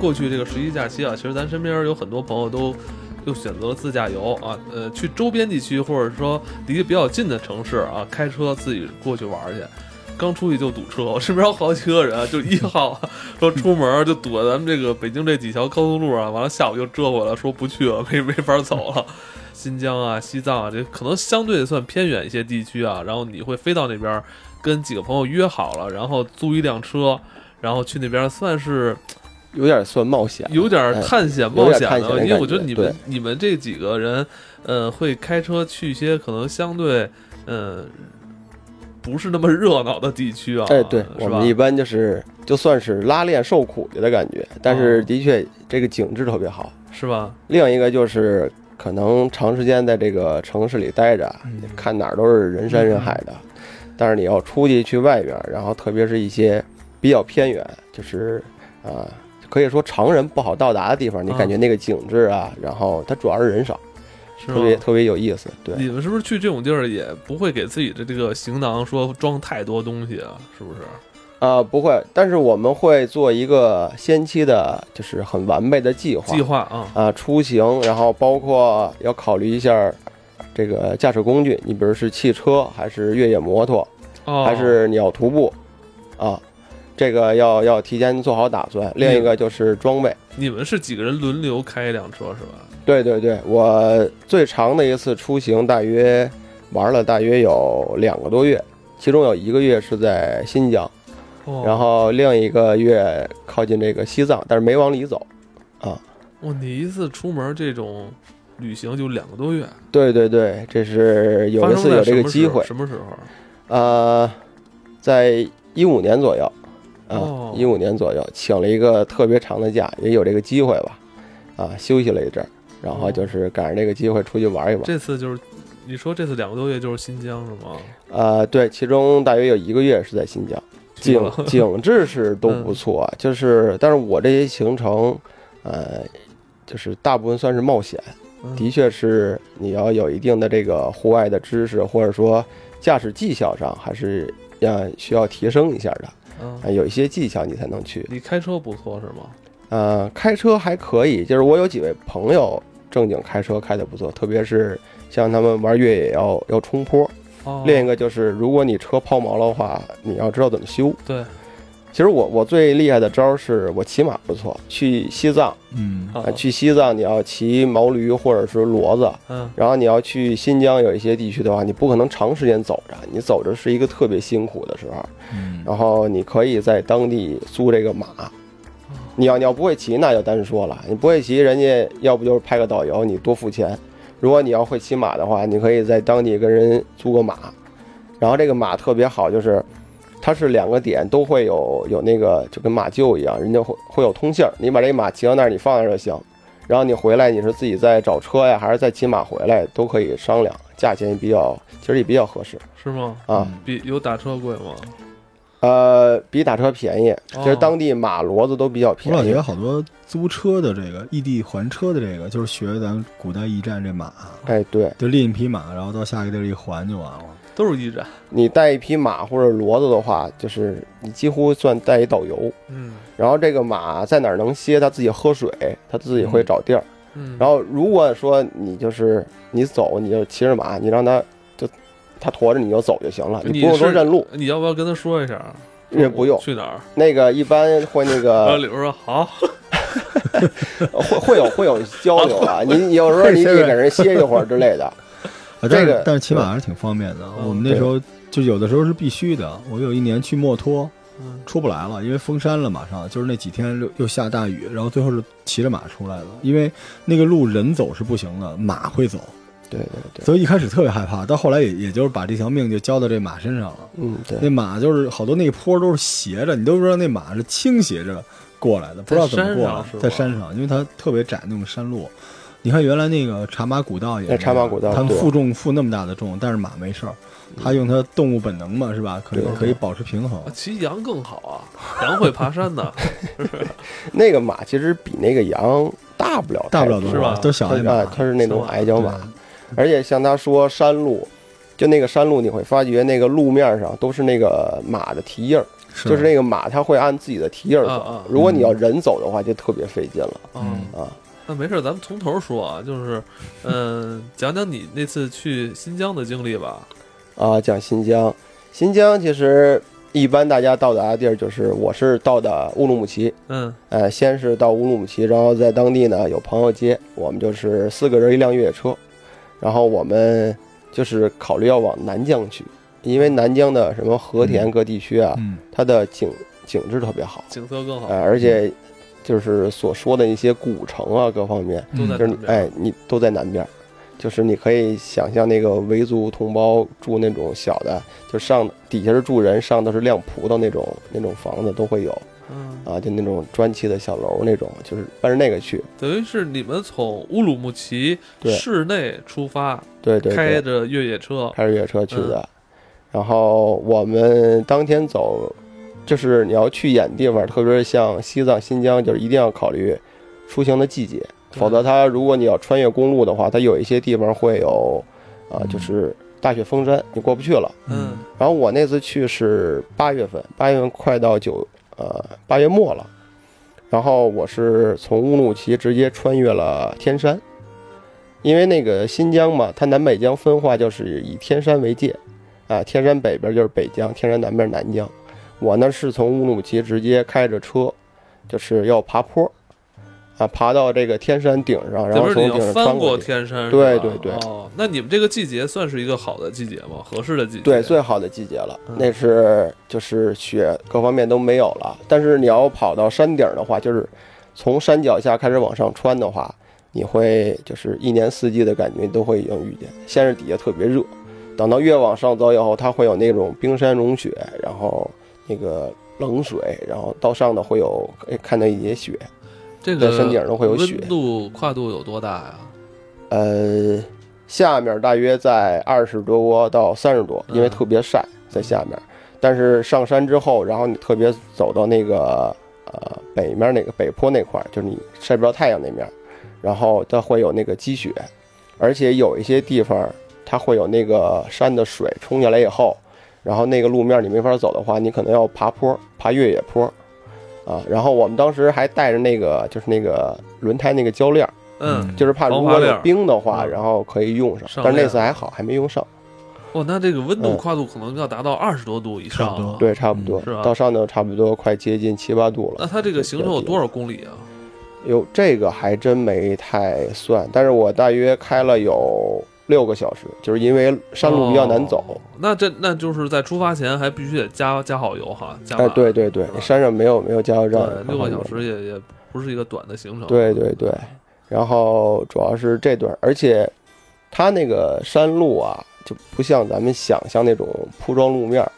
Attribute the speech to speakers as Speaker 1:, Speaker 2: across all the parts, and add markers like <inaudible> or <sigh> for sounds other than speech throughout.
Speaker 1: 过去这个十一假期啊，其实咱身边有很多朋友都又选择了自驾游啊，呃，去周边地区或者说离比较近的城市啊，开车自己过去玩儿去。刚出去就堵车，我身边有好几个人啊，就 <laughs> 一号啊说出门就堵在咱们这个北京这几条高速路啊，完了下午就折回来，说不去了，没没法走了。新疆啊、西藏啊，这可能相对算偏远一些地区啊，然后你会飞到那边，跟几个朋友约好了，然后租一辆车，然后去那边算是
Speaker 2: 有点算冒险，
Speaker 1: 有点探险
Speaker 2: 哎有
Speaker 1: 冒
Speaker 2: 点
Speaker 1: 险
Speaker 2: 探险的
Speaker 1: 的，因为我觉得
Speaker 2: 感觉
Speaker 1: 你们
Speaker 2: 对
Speaker 1: 你们这几个人，呃，会开车去一些可能相对，呃，不是那么热闹的地区啊，
Speaker 2: 哎，对，
Speaker 1: 是
Speaker 2: 我
Speaker 1: 吧
Speaker 2: 们？一般就是就算是拉练受苦去的感觉，但是的确这个景致特别好。
Speaker 1: 是吧？
Speaker 2: 另一个就是可能长时间在这个城市里待着，看哪儿都是人山人海的，但是你要出去去外边儿，然后特别是一些比较偏远，就是啊、可以说常人不好到达的地方，你
Speaker 1: 啊
Speaker 2: 感觉那个景致啊，然后它主要是人少，
Speaker 1: 是
Speaker 2: 特别
Speaker 1: 吧？
Speaker 2: 特别有意思。对，
Speaker 1: 你们是不是去这种地儿也不会给自己的这个行囊说装太多东西啊？是不是？
Speaker 2: 啊、不会，但是我们会做一个先期的，就是很完备的计划。
Speaker 1: 计划啊，
Speaker 2: 啊、出行，然后包括要考虑一下这个驾驶工具，你比如是汽车，还是越野摩托，
Speaker 1: 哦，
Speaker 2: 还是你要徒步，啊，这个要要提前做好打算。另一个就是装备，
Speaker 1: 你们是几个人轮流开一辆车是吧？
Speaker 2: 对对对，我最长的一次出行大约玩了大约有两个多月，其中有一个月是在新疆，
Speaker 1: 哦，
Speaker 2: 然后另一个月靠近这个西藏，但是没往里走。
Speaker 1: 哇，你一次出门这种旅行就两个多月，
Speaker 2: 对对对，这是有
Speaker 1: 发
Speaker 2: 一
Speaker 1: 生
Speaker 2: 次
Speaker 1: 在
Speaker 2: 有这
Speaker 1: 什
Speaker 2: 个
Speaker 1: 么
Speaker 2: 机
Speaker 1: 时候
Speaker 2: 会。
Speaker 1: 什么时候？啊
Speaker 2: 呃，在一五年左右，啊
Speaker 1: 哦，
Speaker 2: 一五年左右，请了一个特别长的假，也有这个机会吧，啊，休息了一阵儿，然后
Speaker 1: 哦
Speaker 2: 就是赶上这个机会出去玩一玩。
Speaker 1: 这次就是你说这次两个多月就是新疆是吗？
Speaker 2: 呃，对，其中大约有一个月是在新疆，
Speaker 1: 去
Speaker 2: 景
Speaker 1: 了 <laughs>
Speaker 2: 景致是都不错，
Speaker 1: 嗯
Speaker 2: 就是，但是我这些行程，呃，就是大部分算是冒险，
Speaker 1: 嗯
Speaker 2: 的确是你要有一定的这个户外的知识，或者说驾驶技巧上，还是要需要提升一下的。
Speaker 1: 嗯
Speaker 2: 啊，有一些技巧你才能去。
Speaker 1: 你开车不错是吗？
Speaker 2: 呃，开车还可以，就是我有几位朋友正经开车开的不错，特别是像他们玩越野要要冲坡。
Speaker 1: 哦，
Speaker 2: 另一个就是，如果你车抛锚的话，你要知道怎么修。
Speaker 1: 对，
Speaker 2: 其实我我最厉害的招儿是我骑马不错，去西藏
Speaker 3: 嗯，
Speaker 2: 啊、
Speaker 1: 啊
Speaker 2: 去西藏你要骑毛驴或者是骡子，
Speaker 1: 嗯，
Speaker 2: 然后你要去新疆有一些地区的话，你不可能长时间走着，你走着是一个特别辛苦的时候。
Speaker 3: 嗯
Speaker 2: 然后你可以在当地租这个马。你要你要不会骑，那就单说了。你不会骑，人家要不就是派个导游，你多付钱。如果你要会骑马的话，你可以在当地跟人租个马。然后这个马特别好，就是它是两个点都会有有那个就跟马厩一样，人家会会有通信儿。你把这马骑到那儿，你放那儿就行。然后你回来，你是自己再找车呀，还是再骑马回来，都可以商量，价钱也比较，其实也比较合适
Speaker 1: 是吗？
Speaker 2: 啊。
Speaker 3: 嗯
Speaker 1: 比有打车贵吗？
Speaker 2: 呃，比打车便宜，
Speaker 1: 哦
Speaker 2: 其实当地马骡子都比较
Speaker 3: 我
Speaker 2: 便
Speaker 3: 老觉
Speaker 2: 宜
Speaker 3: 得。好多租车的这个异地还车的这个，就是学咱们古代驿站这马，
Speaker 2: 哎，对
Speaker 3: 就练一匹马，然后到下一个地儿一还就完了。
Speaker 1: 都是驿站，
Speaker 2: 你带一匹马或者骡子的话，就是你几乎算带一导游。
Speaker 1: 嗯
Speaker 2: 然后这个马在哪儿能歇，它自己喝水，它自己会找地儿。
Speaker 1: 嗯，
Speaker 2: 然后如果说你就是你走，你就骑着马，你让它就它驮着你就走就行了，
Speaker 1: 你
Speaker 2: 你不用说
Speaker 1: 是
Speaker 2: 认路，
Speaker 1: 你要不要跟他说一下？
Speaker 2: 也不用。呃
Speaker 1: 去哪儿？
Speaker 2: 那个一般会那
Speaker 1: 然后 <laughs>
Speaker 2: 个
Speaker 1: 李叔说好，
Speaker 2: 会会有会有交流啊，你你有时候你得给人歇一会儿之类的。
Speaker 3: 啊，但
Speaker 2: 这
Speaker 3: 是
Speaker 2: 个
Speaker 3: 但是骑马还是挺方便的。
Speaker 1: 嗯
Speaker 3: 我们那时候就有的时候是必须的。我有一年去墨脱
Speaker 1: 嗯，
Speaker 3: 出不来了，因为封山了，马上就是那几天又又下大雨，然后最后是骑着马出来的，因为那个路人走是不行的，马会走，
Speaker 2: 对对对，
Speaker 3: 所以一开始特别害怕，到后来也也就是把这条命就交到这马身上了。
Speaker 2: 嗯对。
Speaker 3: 那马就是好多那坡都是斜着，你都不知道那马是倾斜着过来的，不知道怎么过来
Speaker 1: 山上是，吧
Speaker 3: 在山上，因为它特别窄那种山路。你看原来那个茶马古道也是
Speaker 2: 那哎茶马古道
Speaker 3: 它们
Speaker 2: 对嗯
Speaker 3: 负重负那么大的重，但是马没事儿，它用它动物本能嘛，是吧？可以
Speaker 2: 对
Speaker 3: 可以保持平衡
Speaker 1: 啊。骑羊更好啊，羊会爬山的，
Speaker 2: 那个马其实比那个羊大不了
Speaker 3: 大
Speaker 2: 太
Speaker 3: 不了多
Speaker 1: 是吧
Speaker 3: 少，都小
Speaker 2: 它
Speaker 3: 一
Speaker 2: 啊
Speaker 3: 点，。
Speaker 2: 它是那种
Speaker 1: 小马
Speaker 2: 矮脚马，而且像他说山路，就那个山路，你会发觉那个路面上都是那个马的蹄印儿，
Speaker 3: 是
Speaker 2: 就是那个马它会按自己的蹄印儿走。
Speaker 1: 啊啊
Speaker 2: 如果你要人走的话，就特别费劲了
Speaker 1: 嗯，
Speaker 2: 啊。
Speaker 1: 那没事儿，咱们从头说啊，就是，嗯、讲讲你那次去新疆的经历吧。
Speaker 2: 啊，讲新疆，新疆其实一般大家到达的地儿就是，我是到的乌鲁木齐，
Speaker 1: 嗯
Speaker 2: 呃，先是到乌鲁木齐，然后在当地呢有朋友接，我们就是四个人一辆越野车，然后我们就是考虑要往南疆去，因为南疆的什么和田各地区啊，
Speaker 3: 嗯
Speaker 2: 它的景景致特别好，
Speaker 1: 景色更好，
Speaker 2: 呃，而且就是所说的一些古城啊各方面，
Speaker 3: 嗯
Speaker 1: 都在
Speaker 2: 就是
Speaker 1: 南
Speaker 2: 你
Speaker 1: 边。
Speaker 2: 哎，你都在南边儿，就是你可以想象那个维族同胞住那种小的，就上底下是住人，上头是晾葡萄那种那种房子都会有
Speaker 1: 嗯，
Speaker 2: 啊，就那种砖砌的小楼那种，就是奔着那个去。
Speaker 1: 等于是你们从乌鲁木齐
Speaker 2: 对
Speaker 1: 市内出发，
Speaker 2: 对对
Speaker 1: 开
Speaker 2: 对，
Speaker 1: 着嗯越野车，
Speaker 2: 开着越野车去的。然后我们当天走，就是你要去远地方，特别是像西藏、新疆，就是一定要考虑出行的季节，
Speaker 1: 对
Speaker 2: 否则它如果你要穿越公路的话，它有一些地方会有啊，就是大雪封山，你过不去了。
Speaker 1: 嗯
Speaker 2: 然后我那次去是八月份，八月份快到九呃八月末了，然后我是从乌鲁木齐直接穿越了天山，因为那个新疆嘛，它南北疆分化就是以天山为界，啊，天山北边就是北疆，天山南边南疆。我呢是从乌鲁木齐直接开着车，就是要爬坡，啊，爬到这个天山顶上，然
Speaker 1: 这不
Speaker 2: 后
Speaker 1: 是你要
Speaker 2: 从顶上
Speaker 1: 翻
Speaker 2: 穿
Speaker 1: 过
Speaker 2: 去。
Speaker 1: 天山，
Speaker 2: 对
Speaker 1: 是吧
Speaker 2: 对对
Speaker 1: 哦，那你们这个季节算是一个好的季节吗？合适的季节？
Speaker 2: 对，最好的季节了
Speaker 1: 嗯，
Speaker 2: 那是就是雪各方面都没有了。但是你要跑到山顶的话，就是从山脚下开始往上穿的话，你会就是一年四季的感觉都会已经遇见。先是底下特别热，等到越往上走以后，它会有那种冰山融雪，然后那个冷水，然后到上头会有可以看到一些雪，
Speaker 1: 这
Speaker 2: 在
Speaker 1: 个
Speaker 2: 山顶上会有雪
Speaker 1: 温。度跨度有多大呀？
Speaker 2: 呃，下面大约在二十多到三十多，因为
Speaker 1: 嗯
Speaker 2: 特别晒在下面。但是上山之后，然后你特别走到那个呃北面那个北坡那块儿，就是你晒不着太阳那面儿，然后它会有那个积雪，而且有一些地方它会有那个山的水冲下来以后，然后那个路面你没法走的话，你可能要爬坡，爬越野坡。啊，然后我们当时还带着那个，就是那个轮胎那个胶链儿，
Speaker 1: 嗯，
Speaker 2: 就是怕如
Speaker 1: 防滑
Speaker 2: 果
Speaker 1: 链
Speaker 2: 有
Speaker 1: 儿
Speaker 2: 冰的话，
Speaker 1: 嗯
Speaker 2: 然后可以用上
Speaker 1: 上，
Speaker 2: 但是那
Speaker 1: 链
Speaker 2: 次还好，还没用上。
Speaker 1: 哇，哦那这个温度
Speaker 2: 嗯
Speaker 1: 跨度可能要达到二十多度以
Speaker 3: 差
Speaker 1: 上
Speaker 3: 不多
Speaker 1: 啊。
Speaker 2: 对，差不多
Speaker 1: 嗯是吧
Speaker 2: 到上头差不多快接近七八度
Speaker 1: 那
Speaker 2: 了。
Speaker 1: 它这个行程有多少公里啊？
Speaker 2: 哟，这个还真没太算，但是我大约开了有六个小时，就是因为山路比较难走。
Speaker 1: 哦那这那就是在出发前还必须得加加好油哈，加满
Speaker 2: 哎，对对对
Speaker 1: 是吧，
Speaker 2: 山上没有没有加油
Speaker 1: 对
Speaker 2: 站，
Speaker 1: 六个
Speaker 2: 然后
Speaker 1: 小时也也不是一个短的行程。
Speaker 2: 嗯对对对，然后主要是这段，而且它那个山路啊，就不像咱们想象那种铺装路面儿，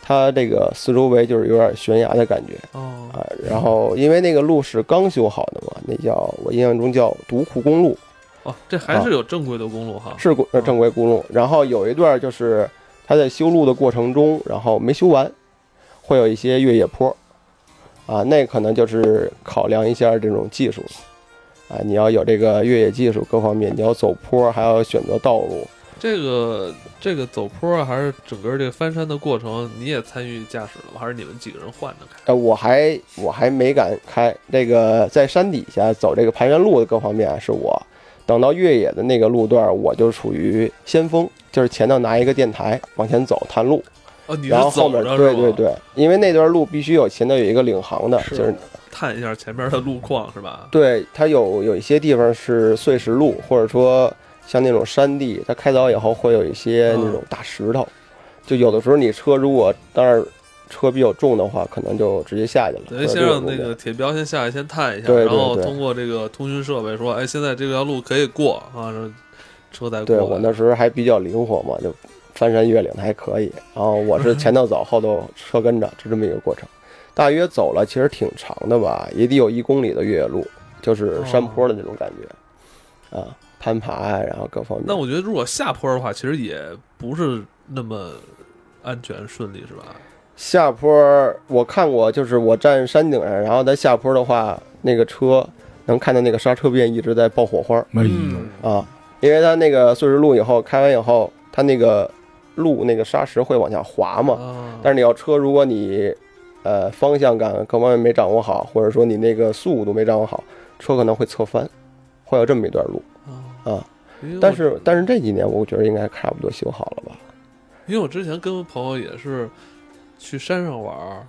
Speaker 2: 它这个四周围就是有点悬崖的感觉。
Speaker 1: 哦，
Speaker 2: 啊，然后因为那个路是刚修好的嘛，那叫我印象中叫独库公路，
Speaker 1: 哦，这还
Speaker 2: 啊
Speaker 1: 是有正规的公路哈。
Speaker 2: 是公呃正规公路。然后有一段就是他在修路的过程中，然后没修完，会有一些越野坡，啊，那可能就是考量一下这种技术，啊，你要有这个越野技术各方面，你要走坡，还要选择道路，
Speaker 1: 这个这个走坡啊还是整个这个翻山的过程，你也参与驾驶了吗？还是你们几个人换着开？
Speaker 2: 呃，我还我还没敢开这个，在山底下走这个盘山路的各方面啊是我，等到越野的那个路段，我就属于先锋，就是前头拿一个电台往前走探路，
Speaker 1: 哦，你是
Speaker 2: 然后后
Speaker 1: 走
Speaker 2: 面
Speaker 1: 着
Speaker 2: 对
Speaker 1: 是吧
Speaker 2: 对对，因为那段路必须有前头有一个领航的，
Speaker 1: 是
Speaker 2: 就是
Speaker 1: 探一下前面的路况是吧？
Speaker 2: 对它有有一些地方是碎石路，或者说像那种山地，它开凿以后会有一些
Speaker 1: 嗯
Speaker 2: 那种大石头，就有的时候你车如果当然车比较重的话，可能就直接下去了，
Speaker 1: 等
Speaker 2: 或
Speaker 1: 于
Speaker 2: 者
Speaker 1: 先
Speaker 2: 这种
Speaker 1: 让
Speaker 2: 路
Speaker 1: 那
Speaker 2: 面
Speaker 1: 个铁标先下来，先探一下，
Speaker 2: 对对
Speaker 1: 然后
Speaker 2: 对
Speaker 1: 通过这个通讯设备说，哎，现在这条路可以过啊，然后车再过来。
Speaker 2: 对我那时候还比较灵活嘛，就翻山越岭的还可以。然后我是前头走，后头车跟着，就这么一个过程。大约走了其实挺长的吧，也得有一公里的越野路，
Speaker 1: 哦
Speaker 2: 就是山坡的那种感觉，啊，攀爬呀，然后各方面。
Speaker 1: 那我觉得如果下坡的话，其实也不是那么安全顺利，是吧？
Speaker 2: 下坡我看过，就是我站山顶上，然后在下坡的话，那个车能看到那个刹车片一直在
Speaker 3: 哎
Speaker 2: 爆火花儿
Speaker 3: 没有，
Speaker 1: 嗯
Speaker 2: 啊，因为它那个碎石路以后开完以后，它那个路那个砂石会往下滑嘛。
Speaker 1: 啊，
Speaker 2: 嗯但是你要车，如果你呃方向感各方面没掌握好，或者说你那个速度没掌握好，车可能会侧翻，会有这么一段路
Speaker 1: 啊
Speaker 2: 啊。
Speaker 1: 因为
Speaker 2: 但
Speaker 1: 我
Speaker 2: 是但是这几年我觉得应该差不多修好了吧？
Speaker 1: 因为我之前跟朋友也是去山上玩儿，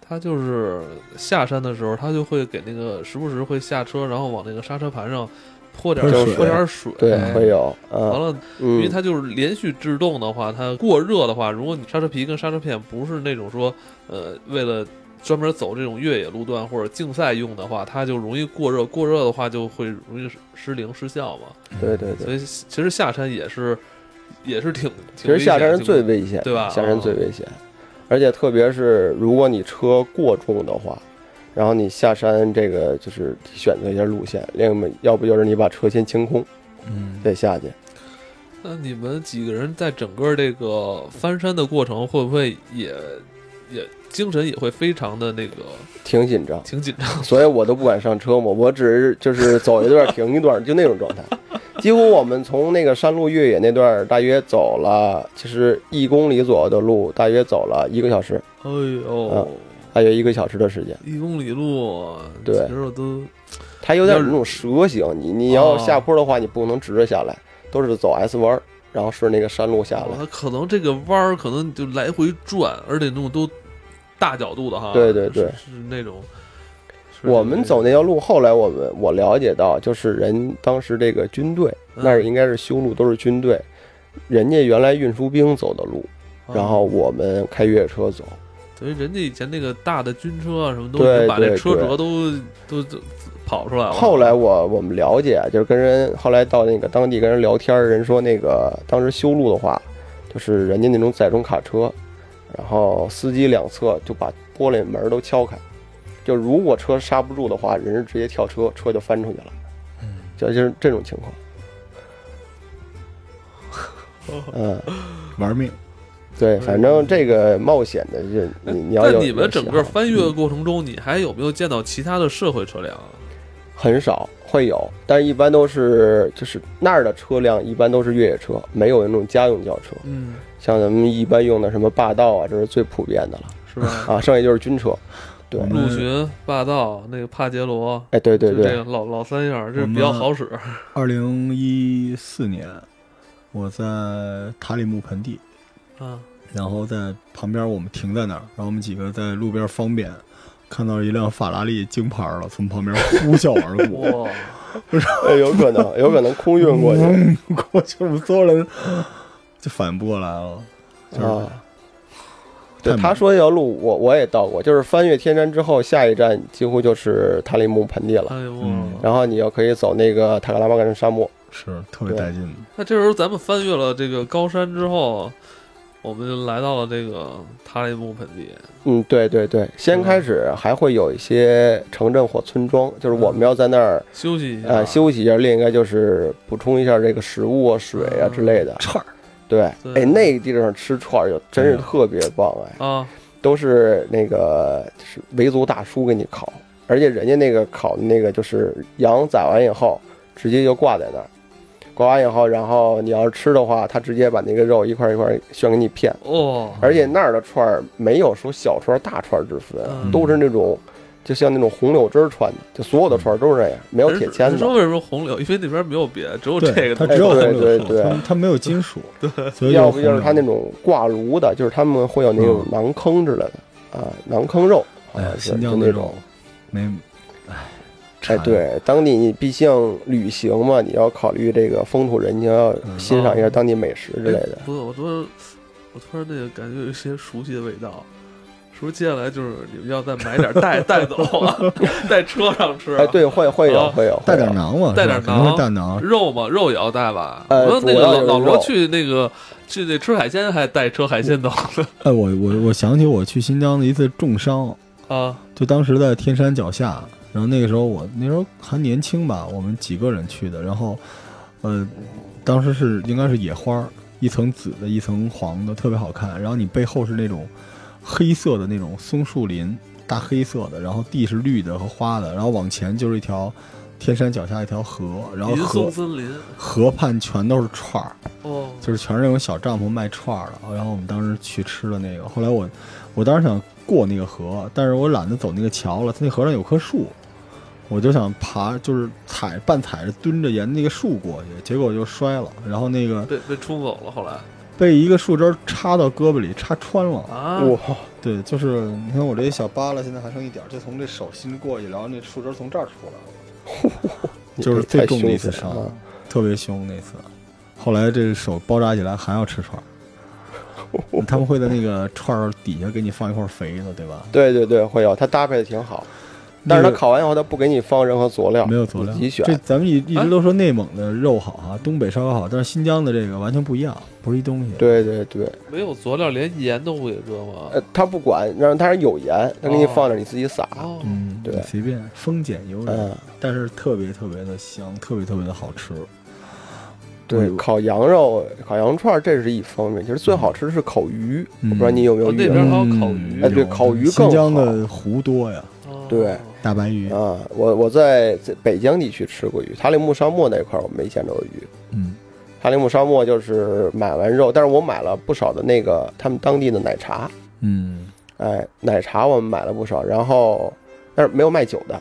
Speaker 1: 他就是下山的时候，他就会给那个时不时会下车，然后往那个刹车盘上泼点儿
Speaker 2: 泼水
Speaker 1: 泼点儿水，嗯
Speaker 2: 对，
Speaker 3: 哎
Speaker 2: 会有
Speaker 1: 完
Speaker 2: 啊，
Speaker 1: 了，因为
Speaker 2: 嗯，
Speaker 1: 它就是连续制动的话，它过热的话，如果你刹车皮跟刹车片不是那种说，呃，为了专门走这种越野路段或者竞赛用的话，它就容易过热，过热的话就会容易失灵失效嘛。
Speaker 2: 对对对
Speaker 1: 所。以其实下山也是，也是挺，
Speaker 2: 其
Speaker 1: 挺
Speaker 2: 实下山是
Speaker 1: 是
Speaker 2: 最危险，
Speaker 1: 对吧
Speaker 2: 下山最危险，而且特别是如果你车过重的话，然后你下山这个就是选择一下路线，另一个要不就是你把车先清空
Speaker 3: 嗯，
Speaker 2: 再下去。
Speaker 1: 那你们几个人在整个这个翻山的过程，会不会也也精神也会非常的那个
Speaker 2: 挺紧张，
Speaker 1: 挺紧张？
Speaker 2: <laughs> 所以我都不敢上车嘛，我只是就是走一段停一段，就那种状态。几乎我们从那个山路越野那段，大约走了，其实一公里左右的路，大约走了一个小时，
Speaker 1: 哎
Speaker 2: 啊
Speaker 1: 呦，
Speaker 2: 大约一个小时的时间。
Speaker 1: 一公里路，
Speaker 2: 对
Speaker 1: 其实我都。
Speaker 2: 它有点
Speaker 1: 要是
Speaker 2: 那种蛇形，你你要
Speaker 1: 哦
Speaker 2: 下坡的话，你不能直着下来，都是走 S 弯儿，然后顺着那个山路下
Speaker 1: 哦
Speaker 2: 来。
Speaker 1: 它可能这个弯儿可能就来回转，而且那种都大角度的哈。
Speaker 2: 对对对
Speaker 1: 是，是那种。是
Speaker 2: 我们走那条路，后来我们我了解到，就是人当时这个军队
Speaker 1: 嗯
Speaker 2: 那儿应该是修路都是军队，人家原来运输兵走的路，
Speaker 1: 啊
Speaker 2: 然后我们开越野车走。
Speaker 1: 等于人家以前那个大的军车啊什么都
Speaker 2: 对
Speaker 1: 已经把这
Speaker 2: 对
Speaker 1: 车
Speaker 2: 对
Speaker 1: 辙都都都跑出来了。
Speaker 2: 后来我我们了解，啊就是跟人后来到那个当地跟人聊天儿，人说那个当时修路的话，就是人家那种载重卡车，然后司机两侧就把玻璃门都敲开，就如果车刹不住的话，人是直接跳车，车就翻出去了，
Speaker 1: 嗯
Speaker 2: 就就是这种情况。嗯，
Speaker 3: 玩命，
Speaker 2: 对，反正这个冒险的就你你要有
Speaker 1: 嗯那你们整个翻越
Speaker 2: 嗯
Speaker 1: 的过程中，你还有没有见到其他的社会车辆啊？
Speaker 2: 很少会有，但是一般都是就是那儿的车辆一般都是越野车，没有那种家用轿车。
Speaker 1: 嗯，
Speaker 2: 像咱们一般用的什么霸道啊，这是最普遍的了
Speaker 1: 是吧？
Speaker 2: 啊，剩下就是军车。对
Speaker 3: 我，们
Speaker 1: 陆巡、霸道、那个帕杰罗，
Speaker 2: 哎，嗯对对
Speaker 1: 嗯就这
Speaker 2: 对，
Speaker 1: 个老老三样儿，这
Speaker 3: 我
Speaker 1: 比
Speaker 3: 们
Speaker 1: 较好使。
Speaker 3: 二零一四年，我在塔里木盆地，
Speaker 1: 啊，
Speaker 3: 然后在旁边我们停在那儿，然后我们几个在路边方便，看到一辆法拉利京牌儿了，从旁边呼啸而
Speaker 2: <laughs>
Speaker 3: 过，
Speaker 1: 哇，
Speaker 2: 哎有可能，有可能空运过去
Speaker 3: 嗯过去我们所有人就反应不过来了，就是
Speaker 2: 啊。
Speaker 3: 太
Speaker 2: 对，
Speaker 3: 猛
Speaker 2: 他说那条路我我也到过，就是翻越天山之后，下一站几乎就是塔里木盆地了。
Speaker 1: 哎呦，
Speaker 3: 嗯
Speaker 2: 然后你又可以走那个塔克拉玛干沙漠，
Speaker 3: 是特别带劲的。
Speaker 1: 那这时候咱们翻越了这个高山之后，我们就来到了这个塔里木盆地。
Speaker 2: 嗯，对对对，先开始还会有一些城镇或村庄，就是我们要在那儿
Speaker 1: 休息一下，啊
Speaker 2: 呃休息一下，另一个就是补充一下这个食物啊、水啊之类的。
Speaker 3: 串儿，
Speaker 2: 对，
Speaker 1: 对
Speaker 2: 哎，那个地方吃串儿就真是特别棒哎，
Speaker 1: 啊，
Speaker 2: 都是那个就是维族大叔给你烤，而且人家那个烤的那个就是羊宰完以后直接就挂在那儿，挂完以后，然后你要是吃的话，他直接把那个肉一块一块炫给你片，
Speaker 1: 哦，
Speaker 2: 而且那儿的串儿没有说小串儿大串儿之分，
Speaker 1: 嗯
Speaker 2: 都是那种就像那种红柳枝儿串的，就所有的串儿都是这样，没有铁签
Speaker 1: 你
Speaker 2: 子
Speaker 1: 说。为什么红柳？因为那边没有别的，只有这
Speaker 3: 对，
Speaker 1: 个
Speaker 3: 它
Speaker 1: 东西。
Speaker 2: 哎
Speaker 3: 只有
Speaker 2: 对
Speaker 3: 红柳
Speaker 2: 对
Speaker 3: 树
Speaker 2: 对
Speaker 3: 它它没有
Speaker 2: <laughs>
Speaker 3: 金属，对
Speaker 2: 要不就是它那
Speaker 3: 种，
Speaker 2: 种挂炉的，就是他们会有那种馕坑之类的啊，馕坑肉，好像
Speaker 3: 嗯哎呀，
Speaker 2: 啊是
Speaker 3: 新
Speaker 2: 就
Speaker 3: 疆
Speaker 2: 那
Speaker 3: 那
Speaker 2: 种
Speaker 3: 种。，没，哎
Speaker 2: 哎，，对，当地你毕竟旅行嘛，你要考虑这个风土人情，要
Speaker 3: 嗯
Speaker 2: 欣赏一下当地美食之类的
Speaker 1: 哎。不是，我突然，我突然那个感觉有一些熟悉的味道。是不是接下来就是你们要再买点带带走啊，带车上吃、啊？
Speaker 2: 哎，，对，会会有
Speaker 1: 啊
Speaker 2: 会有
Speaker 3: 带点
Speaker 2: 会有
Speaker 3: 馕嘛，
Speaker 1: 带
Speaker 3: 是吧
Speaker 1: 点
Speaker 3: 肯定
Speaker 1: 馕
Speaker 3: 会带馕，
Speaker 1: 肉嘛，肉也要带吧。
Speaker 2: 呃
Speaker 1: 我说那
Speaker 2: 主
Speaker 1: 个
Speaker 2: 要
Speaker 1: 老
Speaker 2: 就是
Speaker 1: 老罗
Speaker 2: 肉
Speaker 1: 去那个去那吃海鲜还带车海鲜的
Speaker 3: 哎，我我我想起我去新疆的一次重伤，
Speaker 1: 啊，
Speaker 3: 就当时在天山脚下，然后那个时候我那时候还年轻吧，我们几个人去的，然后，呃，当时是应该是野花儿，一层紫的，一层黄的，特别好看。然后你背后是那种黑色的那种松树林，大黑色的，然后地是绿的和花的，然后往前就是一条天山脚下一条河，然后
Speaker 1: 银
Speaker 3: 河
Speaker 1: 松森林，
Speaker 3: 河畔全都是串儿，
Speaker 1: 哦，
Speaker 3: 就是全是那种小帐篷卖串儿的。然后我们当时去吃的那个，后来我我当时想过那个河，但是我懒得走那个桥了，它那河上有棵树，我就想爬，就是踩半踩着蹲着沿那个树过去，结果就摔了，然后那个
Speaker 1: 被被冲走了，后来
Speaker 3: 被一个树枝儿插到胳膊里，插穿了。
Speaker 1: 啊，
Speaker 2: 哇，
Speaker 3: 对，就是你看我这小疤了，现在还剩一点儿，就从这手心过去，然后那树枝儿从这儿出来了。就是最重的一次伤
Speaker 2: 太凶险了，啊
Speaker 3: 特别凶那次。后来这手包扎起来还要
Speaker 2: <laughs>
Speaker 3: 吃串儿，他们会在那个串儿底下给你放一块肥的，对吧？
Speaker 2: 对对对，会有，它搭配的挺好，但是它烤完以后，它不给你放任何佐料，
Speaker 3: 没有佐料
Speaker 2: 你自己，选。啊
Speaker 3: 这咱们一一直都说内蒙的肉好啊，东北烧烤好，但是新疆的这个完全不一样，不是一东西。，
Speaker 2: 对对对，
Speaker 1: 没有佐料，连盐都不给搁吗？
Speaker 2: 呃，他不管，让它是有盐，他给你
Speaker 1: 哦
Speaker 2: 放点，你自己撒。
Speaker 1: 哦，
Speaker 3: 嗯，
Speaker 2: 对
Speaker 3: 你随便丰俭由人
Speaker 2: 嗯，，
Speaker 3: 但是特别特别的香，特别特别的好吃。
Speaker 2: 对，
Speaker 3: 嗯
Speaker 2: 烤羊肉、烤羊串儿这是一方面，其实最好吃的是烤鱼，
Speaker 3: 嗯
Speaker 2: 我不知道你有没有
Speaker 1: 哦那
Speaker 2: 遇
Speaker 1: 边
Speaker 2: 到
Speaker 1: 还有
Speaker 3: 嗯
Speaker 1: 烤鱼
Speaker 2: 哎对烤鱼更
Speaker 3: 新
Speaker 2: 好
Speaker 3: 疆的湖多呀，
Speaker 1: 哦
Speaker 2: 对
Speaker 3: 大白鱼，
Speaker 2: 啊？我我在在北疆地区吃过鱼，塔里木沙漠那块儿我没见着过鱼。
Speaker 3: 嗯，
Speaker 2: 塔里木沙漠就是买完肉，但是我买了不少的那个他们当地的奶茶，
Speaker 3: 嗯，
Speaker 2: 哎，奶茶我们买了不少，然后但是没有卖酒的。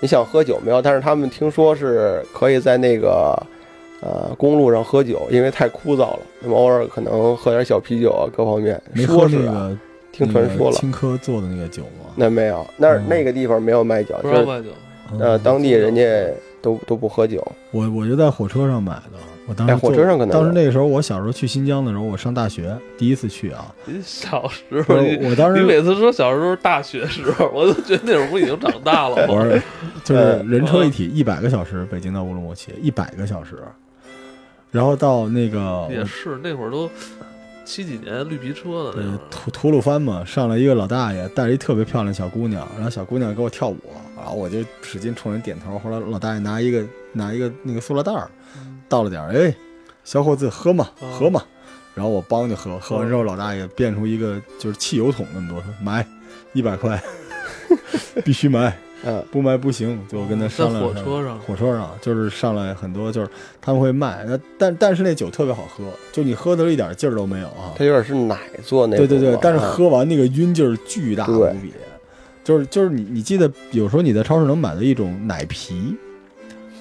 Speaker 2: 你想喝酒没有？但是他们听说是可以在那个呃公路上喝酒，因为太枯燥了。那么偶尔可能喝点小啤酒啊，各方面。
Speaker 3: 没
Speaker 2: 说
Speaker 3: 喝
Speaker 2: 是
Speaker 3: 那
Speaker 2: 啊，
Speaker 3: 个
Speaker 2: 听传说
Speaker 3: 那个
Speaker 2: 了。
Speaker 3: 青稞做的那个酒吗？
Speaker 2: 那没有，那
Speaker 3: 嗯
Speaker 2: 那个地方没有卖酒，
Speaker 1: 不
Speaker 2: 就
Speaker 1: 让
Speaker 2: 是
Speaker 1: 卖酒，
Speaker 2: 呃
Speaker 3: 嗯
Speaker 2: 当地人家都都不喝酒。
Speaker 3: 我我就在火车上买的，我当时
Speaker 2: 哎火
Speaker 3: 坐
Speaker 2: 车上可能
Speaker 3: 嗯当时
Speaker 2: 有
Speaker 3: 那个时候我小时候去新疆的时候，我上大学第一次去啊，
Speaker 1: 你小时
Speaker 3: 我
Speaker 1: 候你
Speaker 3: 我当
Speaker 1: 你
Speaker 3: 时
Speaker 1: 每次说小时候、大学时候，我都觉得那会儿不已经长大了
Speaker 3: <laughs> 我
Speaker 1: 吗？
Speaker 3: 是就是
Speaker 2: 呃
Speaker 3: 人车一体一百个小时，北京到乌鲁木齐一百个小时，然后到那个
Speaker 1: 也是，那会儿都七几年绿皮车的那
Speaker 3: 呃
Speaker 1: 会儿，
Speaker 3: 吐吐鲁番嘛，上来一个老大爷带着一特别漂亮小姑娘，然后小姑娘给我跳舞，然后我就使劲冲人点头，后来老大爷拿一个拿一个那个塑料袋儿倒了点儿，哎，小伙子喝嘛
Speaker 1: 嗯哦
Speaker 3: 喝嘛，然后我帮就喝，喝完之后老大爷变出一个就是汽油桶那么多，说买一百
Speaker 1: <laughs>
Speaker 3: 块，必须买，
Speaker 2: 嗯，
Speaker 3: 不买不行，就我跟他
Speaker 1: 哦在
Speaker 3: 商量
Speaker 1: 火
Speaker 3: 商量
Speaker 1: 车上
Speaker 3: 火车上就是上来很多，就是他们会卖，那但但是那酒特别好喝，就你喝的一点劲儿都没有啊。
Speaker 2: 它有点是奶做那
Speaker 3: 对
Speaker 2: 种
Speaker 3: 对对
Speaker 2: 嘛，
Speaker 3: 但是
Speaker 2: 啊
Speaker 3: 喝完那个晕劲儿巨大无
Speaker 2: 对
Speaker 3: 比，就是就是你你记得有时候你在超市能买到一种奶啤，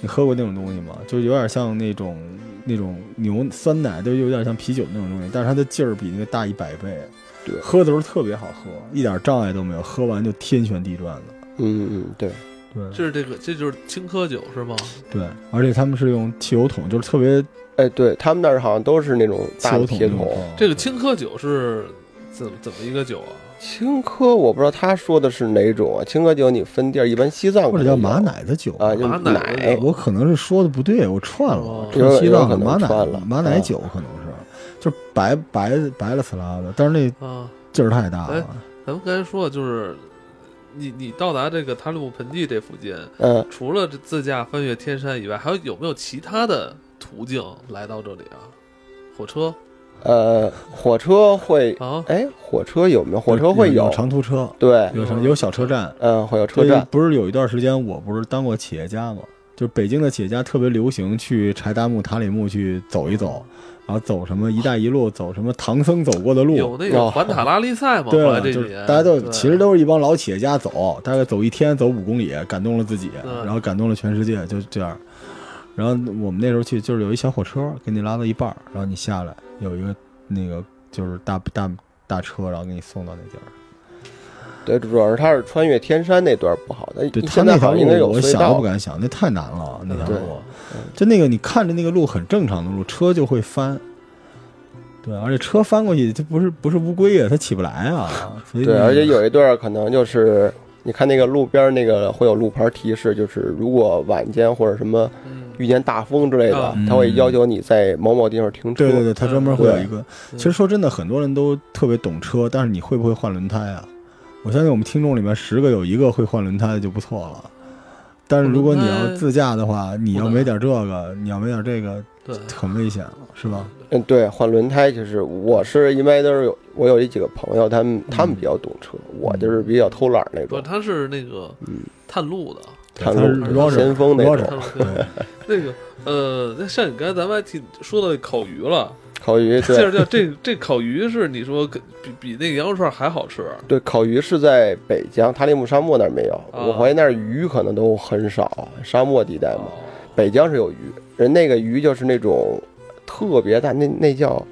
Speaker 3: 你喝过那种东西吗？就是有点像那种那种牛酸奶，就有点像啤酒那种东西，但是它的劲儿比那个大一百倍。
Speaker 2: 对
Speaker 3: 喝的时候特别好喝，一点障碍都没有，喝完就天旋地转的。
Speaker 2: 嗯嗯对，
Speaker 3: 对
Speaker 1: 这是这个，这就是青稞酒是吗？
Speaker 3: 对，而且他们是用汽油桶，就是特别
Speaker 2: 哎对他们那儿好像都是那种
Speaker 3: 汽
Speaker 2: 大
Speaker 3: 油
Speaker 2: 的
Speaker 3: 桶
Speaker 2: 铁
Speaker 3: 那种
Speaker 2: 桶。
Speaker 3: 喝
Speaker 1: 这个青稞酒是怎么怎么一个酒啊？
Speaker 2: 青稞我不知道他说的是哪种啊，青稞酒你分地儿，一般西藏可
Speaker 3: 或者
Speaker 2: 能
Speaker 3: 叫
Speaker 2: 有
Speaker 3: 马奶的酒
Speaker 2: 啊，就
Speaker 1: 马奶
Speaker 2: 奶
Speaker 1: 酒
Speaker 3: 哎我可能是说的不对，我串了
Speaker 1: 哦，
Speaker 3: 这西
Speaker 2: 有
Speaker 3: 藏的
Speaker 2: 有可能
Speaker 3: 马奶
Speaker 2: 串了啊
Speaker 3: 马奶酒可能是，就是白白白了呲啦的，但是那
Speaker 1: 啊，
Speaker 3: 劲儿太大
Speaker 2: 哎
Speaker 3: 了。
Speaker 1: 咱们刚才说的就是你你到达这个塔里木盆地这附近，
Speaker 2: 嗯，
Speaker 1: 除了这自驾翻越天山以外，还有有没有其他的途径来到这里啊？火车
Speaker 2: 呃，火车会，
Speaker 1: 啊，
Speaker 2: 哎，火车有没有？火车会
Speaker 3: 有有长途车，
Speaker 2: 对，
Speaker 3: 有长有小车站，
Speaker 2: 嗯，会有车
Speaker 3: 这
Speaker 2: 站，
Speaker 3: 不是有一段时间我不是当过企业家嘛，就是北京的企业家特别流行去柴达木、塔里木去走一走，然后走什么“一带一路”，走什么唐僧走过的路，哦
Speaker 1: 有那个环塔拉力赛嘛？
Speaker 3: 对
Speaker 1: 后来
Speaker 3: 了，
Speaker 1: 这
Speaker 3: 就
Speaker 1: 几
Speaker 3: 是
Speaker 1: 年
Speaker 3: 大家都
Speaker 1: 对
Speaker 3: 其实都是一帮老企业家走，大概走一天，走五公里，感动了自己，
Speaker 1: 对
Speaker 3: 然后感动了全世界，就这样。然后我们那时候去，就是有一小火车给你拉到一半儿，然后你下来，有一个那个就是大大大车，然后给你送到那地儿。
Speaker 2: 对，主要是它是穿越天山那段不好，但
Speaker 3: 对，他
Speaker 2: 现在
Speaker 3: 那条
Speaker 2: 好像
Speaker 3: 路
Speaker 2: 应该有
Speaker 3: 我
Speaker 2: 隧
Speaker 3: 想都
Speaker 2: 道
Speaker 3: 不。敢想，那太难了，那条
Speaker 2: 对
Speaker 3: 路。就那个你看着那个路很正常的路，车就会翻。对，而且车翻过去，它不是不是乌龟啊，它起不来啊。所以
Speaker 2: 对，
Speaker 3: 那
Speaker 2: 而且
Speaker 3: 个
Speaker 2: 有一段可能就是，你看那个路边那个会有路牌提示，就是如果晚间或者什么
Speaker 1: 嗯
Speaker 2: 遇见大风之类的
Speaker 1: 嗯，
Speaker 2: 他会要求你在某某地方停车。
Speaker 3: 对对对，它专门会有一个。
Speaker 1: 对
Speaker 3: 其实说真的，很多人都特别懂车，但是你会不会换轮胎啊？我相信我们听众里面十个有一个会换轮胎的就不错了。但是如果你
Speaker 1: 换轮
Speaker 3: 要
Speaker 1: 胎
Speaker 3: 自驾的话，你要
Speaker 1: 不能
Speaker 3: 没点这个，你要没点这个，
Speaker 1: 对
Speaker 3: 很危险了，是吧？
Speaker 2: 嗯，对，换轮胎就是我是因为都是有我有一几个朋友，
Speaker 3: 嗯
Speaker 2: 他们他们比较懂车，我就是比较偷懒那嗯哦
Speaker 1: 不，
Speaker 2: 种。
Speaker 1: 它是那个探路的，
Speaker 2: 探
Speaker 3: 它是
Speaker 2: 路
Speaker 3: Roger，
Speaker 2: 先锋那
Speaker 3: Roger
Speaker 2: 种 <laughs>
Speaker 3: 对，
Speaker 1: 那个呃，那像你刚才咱们还提说到烤鱼了，
Speaker 2: 烤鱼，
Speaker 1: <laughs> 接着叫
Speaker 2: 对
Speaker 1: 这这烤鱼是你说跟比比那个羊肉串还好吃，
Speaker 2: 对，烤鱼是在北疆塔里木沙漠那儿没有，
Speaker 1: 啊
Speaker 2: 我怀疑那儿鱼可能都很少，沙漠地带嘛。
Speaker 1: 哦
Speaker 2: 北疆是有鱼，人那个鱼就是那种特别大，那那叫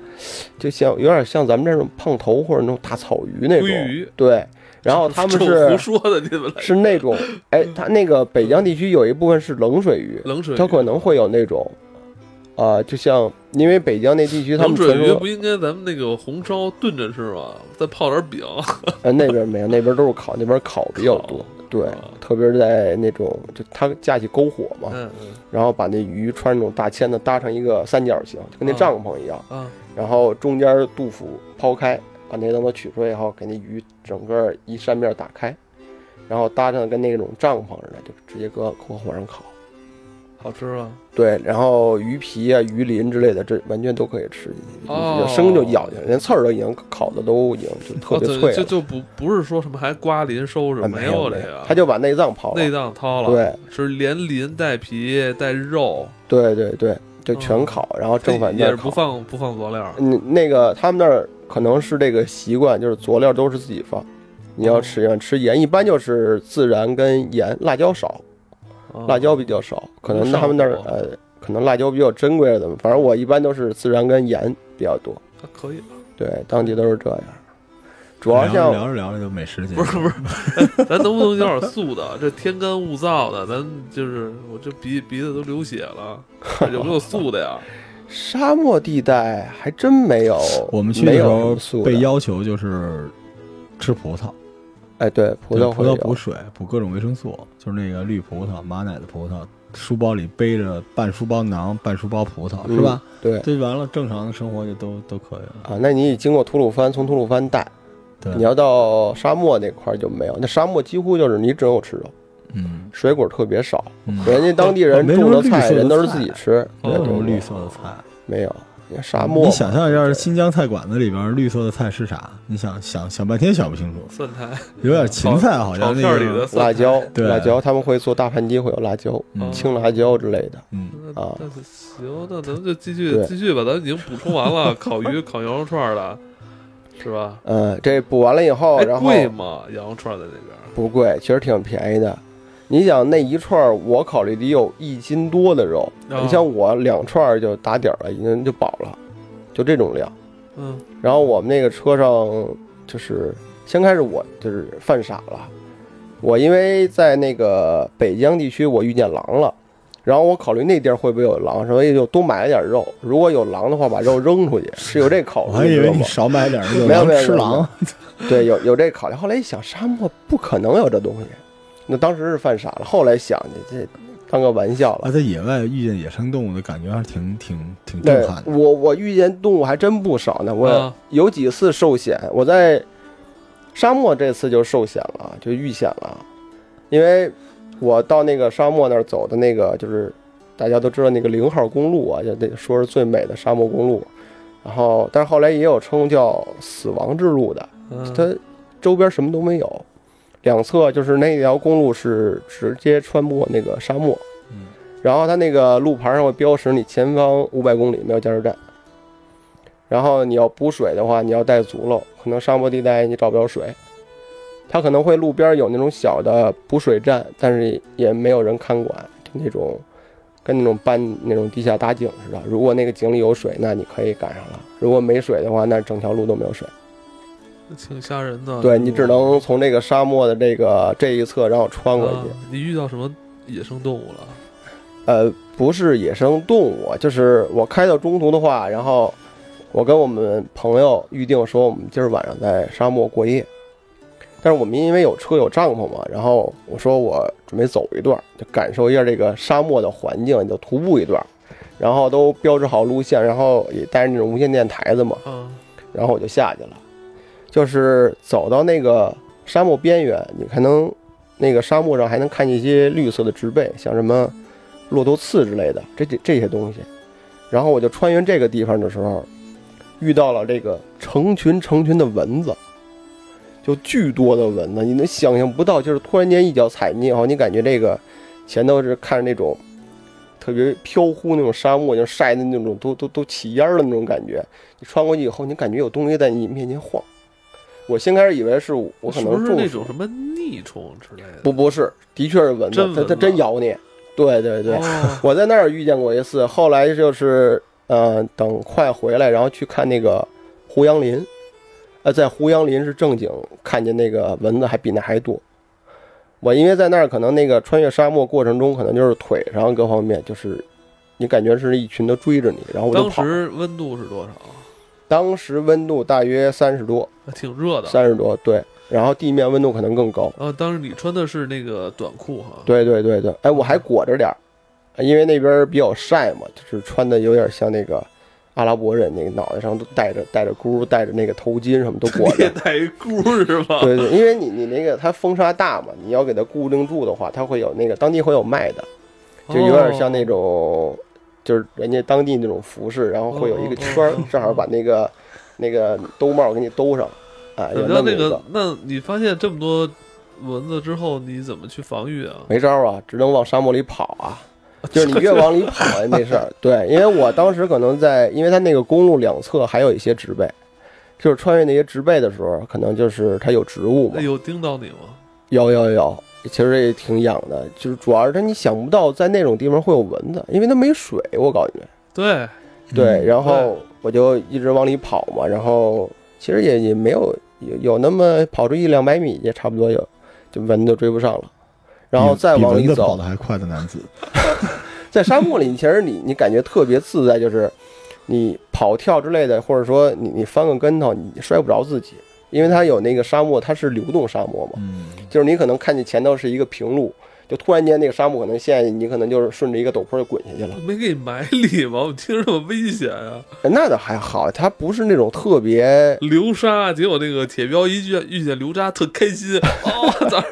Speaker 2: 就像有点像咱们这种胖头或者那种大草鱼那种
Speaker 1: 鲑鱼。
Speaker 2: 对，然后他
Speaker 1: <laughs>
Speaker 2: 们
Speaker 1: 这我胡
Speaker 2: 是
Speaker 1: 说的，你们来
Speaker 2: 是那种，哎，它那个北疆地区有一部分是冷水鱼，
Speaker 1: 冷水鱼，
Speaker 2: 它可能会有那种，啊、就像因为北疆那地区他
Speaker 1: 冷
Speaker 2: 们
Speaker 1: 水
Speaker 2: 传
Speaker 1: 鱼
Speaker 2: 说
Speaker 1: 不，应该咱们那个红烧炖着吃吗？再泡点饼，
Speaker 2: 呃，那边没有，那边都是烤，那边烤比较多
Speaker 1: 烤。
Speaker 2: 对
Speaker 1: 啊，
Speaker 2: 特别是在那种，就它架起篝火嘛，
Speaker 1: <laughs> 嗯嗯
Speaker 2: 然后把那鱼穿那种大签子搭成一个三角形，就跟那
Speaker 1: 啊
Speaker 2: 帐篷一样，
Speaker 1: 啊，
Speaker 2: 然后中间杜甫抛开，把那东西取出来以后，给那鱼整个一扇面打开，然后搭上跟那种帐篷似的，就直接搁搁火上烤。
Speaker 1: 好吃吗？
Speaker 2: 对，然后鱼皮啊、鱼鳞之类的，这完全都可以吃进去，
Speaker 1: 哦
Speaker 2: 就生就咬进去，连刺儿都已经烤的都已经就特
Speaker 1: 哦，
Speaker 2: 别
Speaker 1: 对
Speaker 2: 脆
Speaker 1: 就
Speaker 2: 了。
Speaker 1: 就不不是说什么还刮鳞收拾，
Speaker 2: 啊
Speaker 1: 没
Speaker 2: 有
Speaker 1: 这
Speaker 2: 没
Speaker 1: 个，
Speaker 2: 他就把内脏刨
Speaker 1: 内
Speaker 2: 了，
Speaker 1: 脏掏了，
Speaker 2: 对，
Speaker 1: 是连鳞带皮带肉，
Speaker 2: 对对对，就
Speaker 1: 哦
Speaker 2: 全烤，然后正反
Speaker 1: 也
Speaker 2: 面
Speaker 1: 是不
Speaker 2: 烤。
Speaker 1: 放不放佐料，
Speaker 2: 嗯，那个他们那儿可能是这个习惯，就是佐料都是自己放。你
Speaker 1: 哦
Speaker 2: 要吃要吃盐，一般就是孜然跟盐，辣椒少，
Speaker 1: 啊
Speaker 2: 辣椒比较少。可能他们那儿
Speaker 1: 上火
Speaker 2: 呃，可能辣椒比较珍贵了，怎么？反正我一般都是孜然跟盐比较多。
Speaker 1: 啊可以，
Speaker 2: 对，当地都是这样。主
Speaker 3: 聊
Speaker 2: 要像
Speaker 3: 着聊着聊着就美食节目
Speaker 1: 不，是不是，咱能不能有点素的？这天干物燥的，咱就是我这鼻鼻子都流血了，有没有素的呀？ <laughs>
Speaker 2: 沙漠地带还真没有，
Speaker 3: 我们去的
Speaker 2: 没
Speaker 3: 时
Speaker 2: 有什么
Speaker 3: 候
Speaker 2: 素
Speaker 3: 被
Speaker 2: 的
Speaker 3: 要求就是吃葡萄，
Speaker 2: 哎，对，葡
Speaker 3: 对
Speaker 2: 萄
Speaker 3: 葡
Speaker 2: 会
Speaker 3: 萄
Speaker 2: 有
Speaker 3: 补水，补各种维生素，就是那个绿葡萄、马奶的葡萄，书包里背着半书包囊、半书包葡萄，是吧？？
Speaker 2: 嗯对
Speaker 3: 这完了，正常的生活就都都可以了。
Speaker 2: 啊，那你经过吐鲁番，从吐鲁番带，
Speaker 3: 对，
Speaker 2: 你要到沙漠那块儿就没有，那沙漠几乎就是你只有吃肉，
Speaker 3: 嗯，
Speaker 2: 水果特别少，
Speaker 3: 嗯
Speaker 2: 人家当地
Speaker 3: 哦
Speaker 2: 人
Speaker 3: 没什
Speaker 2: 种
Speaker 3: 么
Speaker 2: 的
Speaker 3: 绿
Speaker 2: 菜
Speaker 3: 色的
Speaker 2: 人都是
Speaker 3: 菜
Speaker 2: 自己吃，
Speaker 3: 没
Speaker 2: 对
Speaker 3: 有什
Speaker 1: 哦
Speaker 3: 么
Speaker 2: 对
Speaker 3: 绿
Speaker 2: 对
Speaker 3: 色的菜。
Speaker 2: 没有，因为沙漠
Speaker 3: 你
Speaker 2: 嘛
Speaker 3: 想象一下，新疆菜馆子里边绿色的菜是啥？你想想想半天想不清楚，
Speaker 1: 蒜苔，
Speaker 3: 有点芹菜好
Speaker 1: 哦炒
Speaker 3: 像那
Speaker 1: 片里的
Speaker 3: 个，
Speaker 1: 蒜苔
Speaker 2: 辣椒，
Speaker 3: 对
Speaker 2: 辣椒他们会做大盘鸡，会有辣椒、
Speaker 1: 哦
Speaker 3: 嗯
Speaker 2: 青辣椒之类的。
Speaker 3: 嗯，
Speaker 1: 那
Speaker 2: 啊
Speaker 1: 那就行，那咱们就继续
Speaker 2: 对
Speaker 1: 继续吧，咱已经补充完了烤鱼、烤羊肉串了，是吧？
Speaker 2: 嗯，这补完了以后，
Speaker 1: 哎，
Speaker 2: 然后
Speaker 1: 贵吗？羊肉串在那边
Speaker 2: 不贵，其实挺便宜的。你想那一串儿，我考虑得有一斤多的肉，
Speaker 1: 哦
Speaker 2: 你像我两串儿就打底儿了，已经就饱了，就这种量。
Speaker 1: 嗯，
Speaker 2: 然后我们那个车上就是先开始我就是犯傻了，我因为在那个北疆地区我遇见狼了，然后我考虑那地儿会不会有狼，所以就多买了点肉，如果有狼的话把肉扔出去，是有这考虑，
Speaker 3: 我还以
Speaker 2: 知
Speaker 3: 为
Speaker 2: 道
Speaker 3: 你 <laughs>
Speaker 2: 吗？
Speaker 3: 少买点儿肉，
Speaker 2: 没有没有
Speaker 3: 吃
Speaker 2: 没有没
Speaker 3: 狼
Speaker 2: 有。对，有有这考虑。后来一想，沙漠不可能有这东西，那当时是犯傻了。后来想，这这当个玩笑
Speaker 3: 啊，
Speaker 2: 了。
Speaker 3: 在野外遇见野生动物的感觉还是挺挺挺
Speaker 2: 对
Speaker 3: 震撼，的。
Speaker 2: 我我遇见动物还真不少呢。我
Speaker 1: 啊
Speaker 2: 有几次受险，我在沙漠这次就受险了，就遇险了，因为我到那个沙漠那儿走的那个就是大家都知道那个零号公路啊，就得说是最美的沙漠公路。然后，但是后来也有称叫死亡之路的，
Speaker 1: 嗯，
Speaker 2: 它周边什么都没有，两侧就是那条公路是直接穿过那个沙漠，
Speaker 3: 嗯，
Speaker 2: 然后它那个路牌上会标识你前方五百公里没有加油站，然后你要补水的话，你要带足了，可能沙漠地带你找不着水，它可能会路边有那种小的补水站，但是也没有人看管，就那种。跟那种搬那种地下搭井似的，如果那个井里有水，那你可以赶上了；如果没水的话，那整条路都没有水。
Speaker 1: 挺吓人的。嗯
Speaker 2: 对你只能从这个沙漠的这个这一侧，然后穿过去。
Speaker 1: 啊你遇到什么野生动物了？
Speaker 2: 呃，不是野生动物，就是我开到中途的话，然后我跟我们朋友预定说，我们今儿晚上在沙漠过夜。但是我们因为有车有帐篷嘛，然后我说我准备走一段，就感受一下这个沙漠的环境，就徒步一段，然后都标志好路线，然后也带着那种无线电台子嘛，
Speaker 1: 啊，
Speaker 2: 然后我就下去了，就是走到那个沙漠边缘，你还能那个沙漠上还能看见一些绿色的植被，像什么骆驼刺之类的这这这些东西。然后我就穿越这个地方的时候，遇到了这个成群成群的蚊子，就巨多的蚊子，你能想象不到，就是突然间一脚踩进去以后，你感觉这个前头是看着那种特别飘忽那种沙漠，就晒的那种都都都起烟儿的那种感觉。你穿过去以后，你感觉有东西在你面前晃。我先开始以为是我我可
Speaker 1: 是不
Speaker 2: 能
Speaker 1: 是
Speaker 2: 中
Speaker 1: 那
Speaker 2: 暑
Speaker 1: 种，什么腻虫之类的？
Speaker 2: 不不是，的确是蚊子
Speaker 1: 真，
Speaker 2: 它它
Speaker 1: 蚊
Speaker 2: 真
Speaker 1: 子
Speaker 2: 咬你。对对对，
Speaker 1: 哦，
Speaker 2: 我在那儿遇见过一次，后来就是呃，等快回来，然后去看那个胡杨林，呃，在胡杨林是正经看见那个蚊子还比那还多。我因为在那儿可能那个穿越沙漠过程中，可能就是腿上各方面就是，你感觉是一群都追着你，然 <laughs> 后我就
Speaker 1: 当
Speaker 2: 跑。
Speaker 1: 时温度是多少？
Speaker 2: 当时温度大约三十多，
Speaker 1: 还挺热的。
Speaker 2: 三十多对，然后地面温度可能更高。
Speaker 1: 然后当时你穿的是那个短裤哈，
Speaker 2: 对对对对，哎，我还裹着点儿，因为那边儿比较晒嘛，就是穿的有点像那个阿拉伯人，那个脑袋上都戴着戴着箍，戴着那个头巾什么都裹
Speaker 1: 你也
Speaker 2: 着。
Speaker 1: 带一箍是吧？
Speaker 2: 对对，因为你你那个它风沙大嘛，你要给它固定住的话，它会有那个当地会有卖的，
Speaker 1: 哦，
Speaker 2: 就有点像那种，就是人家当地那种服饰，然后会有一个圈儿
Speaker 1: 哦哦哦哦，
Speaker 2: 正好把那个那个兜帽给你兜上，啊，有
Speaker 1: 等
Speaker 2: 那
Speaker 1: 到
Speaker 2: 么
Speaker 1: 那
Speaker 2: 一
Speaker 1: 个，那你发现这么多蚊子之后，你怎么去防御啊？
Speaker 2: 没招儿啊，只能往沙漠里跑
Speaker 3: <laughs>
Speaker 2: 啊。就是你越往里跑呀，那事儿。对，因为我当时可能在，因为它那个公路两侧还有一些植被，就是穿越那些植被的时候，可能就是它有植物嘛
Speaker 3: 哎
Speaker 1: 那。有叮到你吗？
Speaker 2: 有有有，其实也挺痒的，就是主要是它你想不到在那种地方会有蚊子，因为它没水，我感觉。
Speaker 1: 对，
Speaker 3: 嗯
Speaker 2: 对，然后
Speaker 1: 对
Speaker 2: 我就一直往里跑嘛，然后其实也也没有有有那么跑出一两百米也差不多有，就蚊子追不上了，然后
Speaker 3: 比
Speaker 2: 再往
Speaker 3: 比蚊
Speaker 2: 里
Speaker 3: 子
Speaker 2: 走
Speaker 3: 跑得，还快的男子，
Speaker 2: 在沙漠里，其实你你感觉特别自在，就是你跑跳之类的，或者说你你翻个跟头，你摔不着自己，因为它有那个沙漠，它是流动沙漠嘛，
Speaker 3: 嗯，
Speaker 2: 就是你可能看见前头是一个平路，就突然间那个沙漠可能陷，你可能就是顺着一个陡坡就滚下去了。
Speaker 1: 没给你埋里吗？我听着这么危险啊！
Speaker 2: 那倒还好，它不是那种特别
Speaker 1: 流沙，结果那个铁彪一遇见遇见流沙特开心，哦，咋？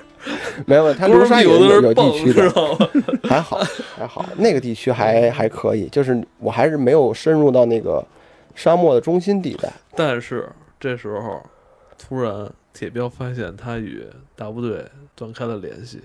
Speaker 2: 没有，它流沙有
Speaker 1: 有的
Speaker 2: 有
Speaker 1: 人
Speaker 2: 有
Speaker 1: 蹦
Speaker 2: 地区
Speaker 1: 知
Speaker 2: 的，
Speaker 1: 道吗？
Speaker 2: 还好还好，那个地区还还可以，就是我还是没有深入到那个沙漠的中心地带。
Speaker 1: 但是这时候，突然铁彪发现他与大部队断开了联系，